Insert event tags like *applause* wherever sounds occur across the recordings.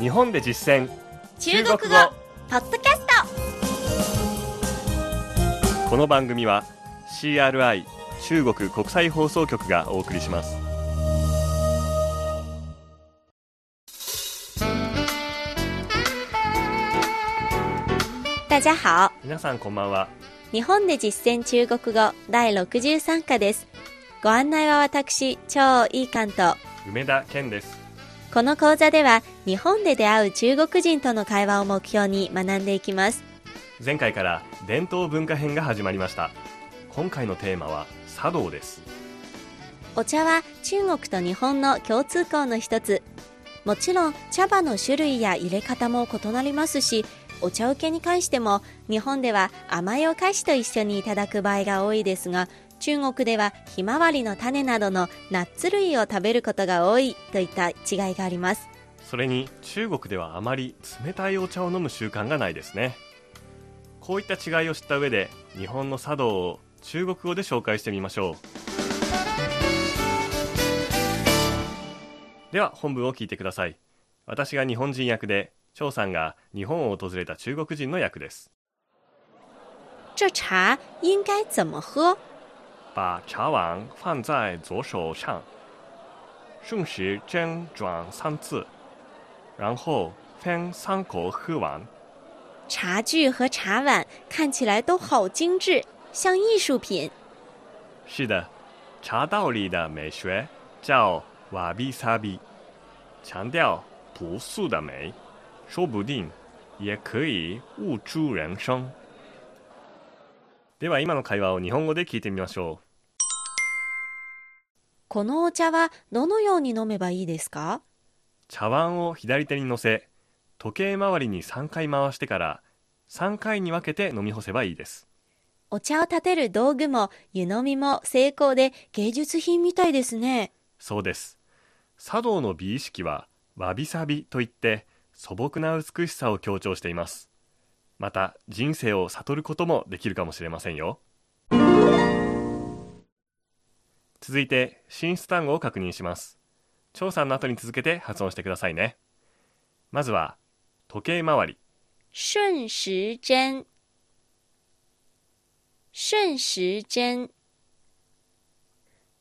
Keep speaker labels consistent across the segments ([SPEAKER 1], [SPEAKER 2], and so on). [SPEAKER 1] 日本で実践
[SPEAKER 2] 中国語ポッドキャス
[SPEAKER 1] この番組は CRI 中国国際放送局がお送りします
[SPEAKER 2] ト大家好
[SPEAKER 1] 皆さんこんばんは
[SPEAKER 2] 日本で実践中国語第63課ですご案内は私超いい関東
[SPEAKER 1] 梅田健です
[SPEAKER 2] この講座では日本で出会う中国人との会話を目標に学んでいきます
[SPEAKER 1] 前回から伝統文化編が始まりました今回のテーマは茶道です
[SPEAKER 2] お茶は中国と日本の共通項の一つもちろん茶葉の種類や入れ方も異なりますしお茶受けに関しても日本では甘いお菓子と一緒にいただく場合が多いですが中国ではひまわりの種などのナッツ類を食べることが多いといった違いがあります
[SPEAKER 1] それに中国ではあまり冷たいお茶を飲む習慣がないですねこういった違いを知った上で日本の茶道を中国語で紹介してみましょうでは本文を聞いてください私が日本人役で張さんが日本を訪れた中国人の役です
[SPEAKER 2] 这茶应该怎么喝
[SPEAKER 1] 把茶碗放在左手上，顺时针转三次，然后分三口喝完。
[SPEAKER 2] 茶具和茶碗看起来都好精致，像艺术品。
[SPEAKER 1] 是的，茶道里的美学叫瓦比萨比，强调朴素的美，说不定也可以悟出人生。では今の会話を日本語で聞いてみましょ
[SPEAKER 2] このお茶はどのように飲めばいいですか
[SPEAKER 1] う。茶碗を左手に乗せ、時計回りに3回回してから3回に分けて飲み干せばいいです。
[SPEAKER 2] お茶を立てる道具も湯飲みも精巧で芸術品みたいですね。
[SPEAKER 1] そうです茶道の美意識はわびさびといって素朴な美しさを強調していますまた人生を悟ることもできるかもしれませんよ続いて進出単語を確認します張さんの後に続けて発音してくださいねまずは時計回り
[SPEAKER 2] 顺时針。順時針。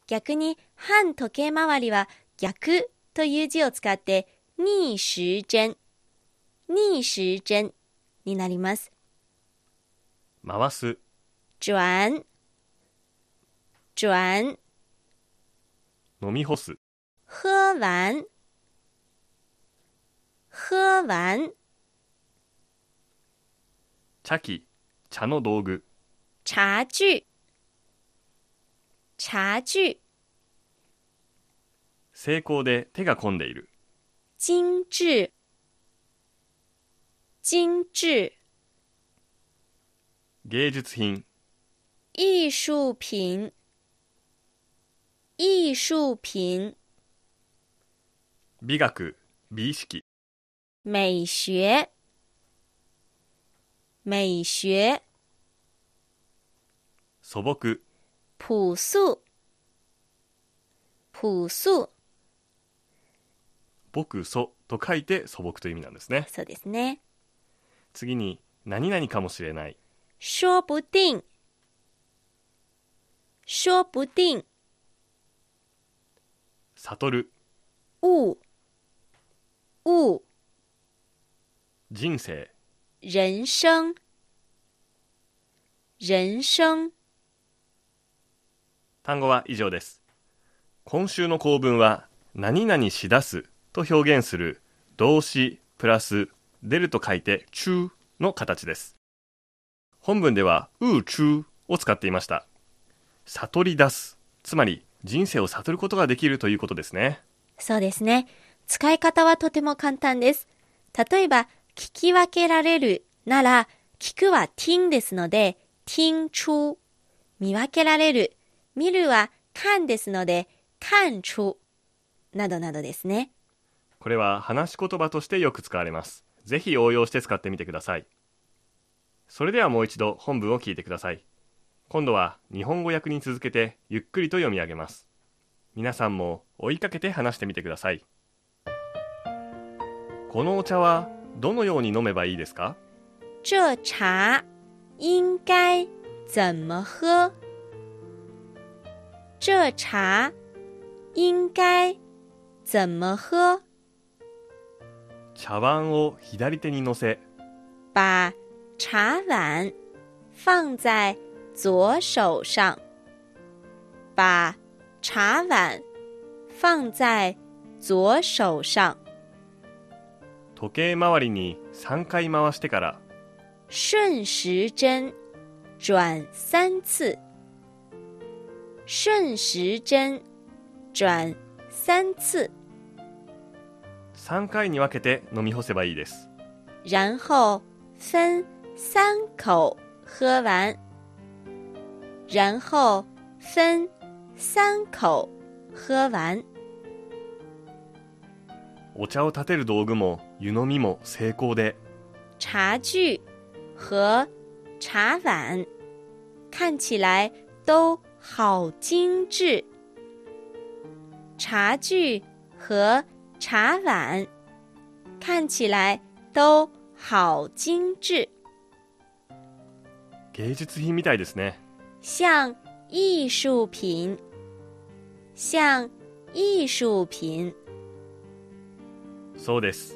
[SPEAKER 2] 逆に反時計回りは逆という字を使って逆時針。逆時針になります。
[SPEAKER 1] 回す
[SPEAKER 2] 转。转。
[SPEAKER 1] 飲み干す
[SPEAKER 2] 喝完，喝完，
[SPEAKER 1] 茶器茶の道具
[SPEAKER 2] 茶具，茶具，
[SPEAKER 1] 成功で手が込んでいる
[SPEAKER 2] 精致，精致，
[SPEAKER 1] 芸術品
[SPEAKER 2] 艺术品，艺术品，
[SPEAKER 1] 美学美意識
[SPEAKER 2] 美学，美学，
[SPEAKER 1] 素朴
[SPEAKER 2] 朴素，朴素，
[SPEAKER 1] 僕素と書いて素朴という意味なんですね
[SPEAKER 2] そうですね。
[SPEAKER 1] 次に何々かもしれない
[SPEAKER 2] 说不定，说不定，
[SPEAKER 1] 悟る
[SPEAKER 2] 悟，悟，
[SPEAKER 1] 人生
[SPEAKER 2] 人生，人生，
[SPEAKER 1] 単語は以上です今週の構文は何々しだすと表現する動詞プラス出ると書いて中の形です本文ではう中を使っていました悟り出すつまり人生を悟ることができるということですね
[SPEAKER 2] そうですね。使い方はとても簡単です。例えば、聞き分けられるなら、聞くは听ですので、听出。見分けられる、見るは看ですので、看出。などなどですね。
[SPEAKER 1] これは話し言葉としてよく使われます。ぜひ応用して使ってみてください。それではもう一度本文を聞いてください。今度は日本語訳に続けてゆっくりと読み上げます。皆さんも追いかけて話してみてください。このお茶はどのように飲めばいいですか
[SPEAKER 2] 这茶应该怎么喝？这茶应该怎么喝？
[SPEAKER 1] 茶碗を左手に乗せ
[SPEAKER 2] 把茶碗放在左手上，把茶碗放在左手上。
[SPEAKER 1] 時計回りに3回回してから
[SPEAKER 2] 顺时针转三次，顺时针转三次，
[SPEAKER 1] 3回に分けて飲み干せばいいです
[SPEAKER 2] 然后分三口喝完，然后分三口喝完。
[SPEAKER 1] お茶を立てる道具も湯飲みも成功で
[SPEAKER 2] 茶具和茶碗看起来都好精致。茶具和茶碗看起来都好精致，
[SPEAKER 1] 芸術品みたいですね
[SPEAKER 2] 像艺术品，像艺术品。
[SPEAKER 1] そうです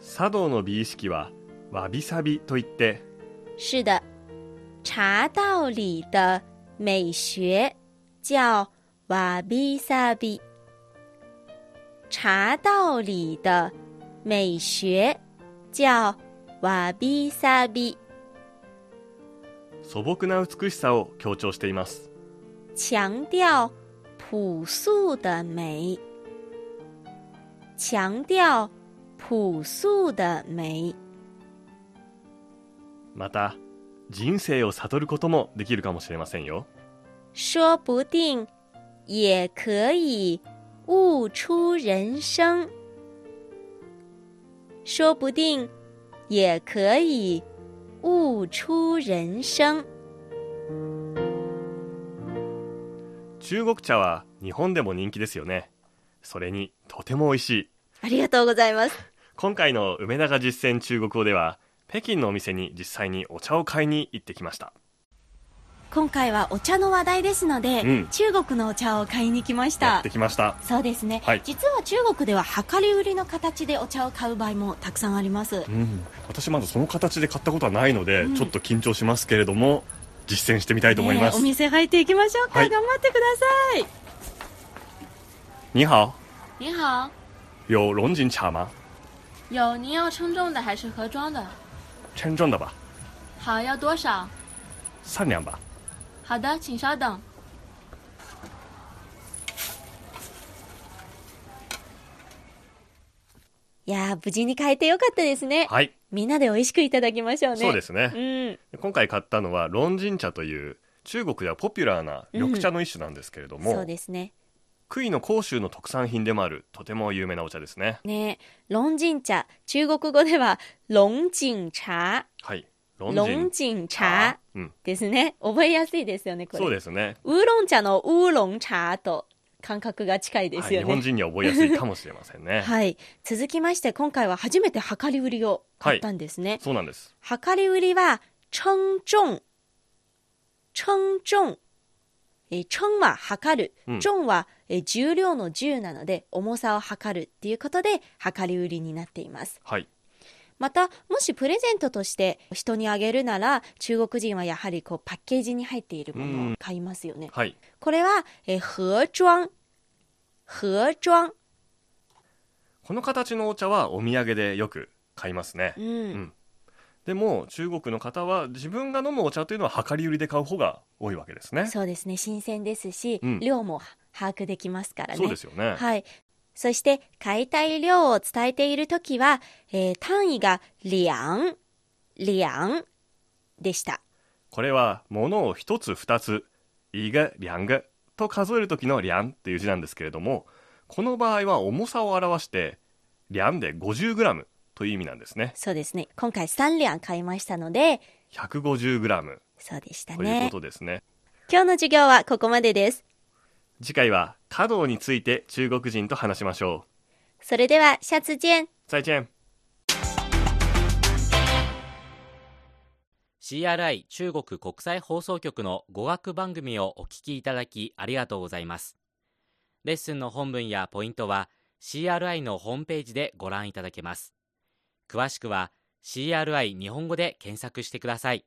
[SPEAKER 1] 茶道の美意識はわびさびといって
[SPEAKER 2] 是的，茶道里的美学叫瓦比萨比。茶道里的美学叫瓦比萨比，
[SPEAKER 1] 素朴な美しさを強調しています
[SPEAKER 2] 强调朴素的美，强调朴素的美。
[SPEAKER 1] また人生を悟ることもできるかもしれませんよ
[SPEAKER 2] 说不定也可以悟出人生，说不定也可以悟出人生。
[SPEAKER 1] 中国茶は日本でも人気ですよねそれにとても美味しい
[SPEAKER 2] ありがとうございます。
[SPEAKER 1] 今回の梅田が実践中国語では北京のお店に実際にお茶を買いに行ってきました
[SPEAKER 2] 今回はお茶の話題ですので、
[SPEAKER 1] うん
[SPEAKER 2] 中国のお茶を買いに来まし
[SPEAKER 1] や
[SPEAKER 2] た
[SPEAKER 1] って。きました
[SPEAKER 2] そうですね、
[SPEAKER 1] はい
[SPEAKER 2] 実は中国では量り売りの形でお茶を買う場合もたくさんあります
[SPEAKER 1] う。ん、私まだその形で買ったことはないので、
[SPEAKER 2] うん
[SPEAKER 1] ちょっと緊張しますけれども実践してみたいと思いま
[SPEAKER 2] ねえ
[SPEAKER 1] す、
[SPEAKER 2] お店入っていきましょうか。
[SPEAKER 1] はい
[SPEAKER 2] 頑張ってください。
[SPEAKER 1] 你好
[SPEAKER 3] 您好，
[SPEAKER 1] 有龙井茶吗
[SPEAKER 3] 有您要称重的还是盒装的？
[SPEAKER 1] 称重的吧
[SPEAKER 3] 好，要多少？
[SPEAKER 1] 三两吧
[SPEAKER 3] 好的，请稍等。
[SPEAKER 2] いやー無事に買えてよかったですね。
[SPEAKER 1] はい、
[SPEAKER 2] みんなで美味しくいただきましょうね。
[SPEAKER 1] そうですね、
[SPEAKER 2] うん。
[SPEAKER 1] 今回買ったのは龍井茶という中国ではポピュラーな緑茶の一種なんですけれども、
[SPEAKER 2] そうですね。
[SPEAKER 1] 杭の甲州の特産品でもあるとても有名なお茶ですね
[SPEAKER 2] ねえ、龍井茶、中国語では龍井茶、
[SPEAKER 1] はい龍
[SPEAKER 2] 龍井茶
[SPEAKER 1] うん、
[SPEAKER 2] ですね。覚えやすいですよね、これ。
[SPEAKER 1] そうですね
[SPEAKER 2] ウーロン茶のウーロン茶と感覚が近いで
[SPEAKER 1] は
[SPEAKER 2] す
[SPEAKER 1] い、
[SPEAKER 2] よ
[SPEAKER 1] 日
[SPEAKER 2] ね。
[SPEAKER 1] 本人には覚えやすいかもしれませんね、
[SPEAKER 2] *laughs* はい。続きまして、今回は初めて量り売りを買ったんですね。
[SPEAKER 1] そうなんです
[SPEAKER 2] 量り売りは、称重。称重。えー、称は測る
[SPEAKER 1] う。ん
[SPEAKER 2] 重は、えー重量の重なので、重さを測るっていうことで、量り売りになっています。
[SPEAKER 1] はい
[SPEAKER 2] また、もしプレゼントとして人にあげるなら、中国人はやはりこうパッケージに入っているものを買いますよね。
[SPEAKER 1] はい
[SPEAKER 2] これは、えー、盒装。盒装。
[SPEAKER 1] この形のお茶はお土産でよく買いますね、
[SPEAKER 2] うん。
[SPEAKER 1] んでも中国の方は自分が飲むお茶というのは量り売りで買う方が多いわけですね
[SPEAKER 2] そうですね。新鮮ですし、
[SPEAKER 1] うん
[SPEAKER 2] 量も把握できますからね。
[SPEAKER 1] そうですよね、
[SPEAKER 2] はい。そして、買いたい量を伝えているときは、えー単位が、两、两でした。
[SPEAKER 1] これは物を一つ二つ「いが两が」と数える時の「两」っていう字なんですけれどもこの場合は重さを表して「两」で 50g という意味なんですね
[SPEAKER 2] そうですね。今回三两買いましたので、
[SPEAKER 1] 150g
[SPEAKER 2] そうでした
[SPEAKER 1] というこ
[SPEAKER 2] ね。
[SPEAKER 1] とですね
[SPEAKER 2] 今日の授業はここまでです。
[SPEAKER 1] 次回は華道について中国人と話しましょ
[SPEAKER 2] それでは、シャツジェン。
[SPEAKER 1] う再见
[SPEAKER 4] CRI 中国国際放送局の語学番組をお聞きいただきありがとうございます。レッスンの本文やポイントは CRI のホームページでご覧いただけます。詳しくは CRI 日本語で検索してください。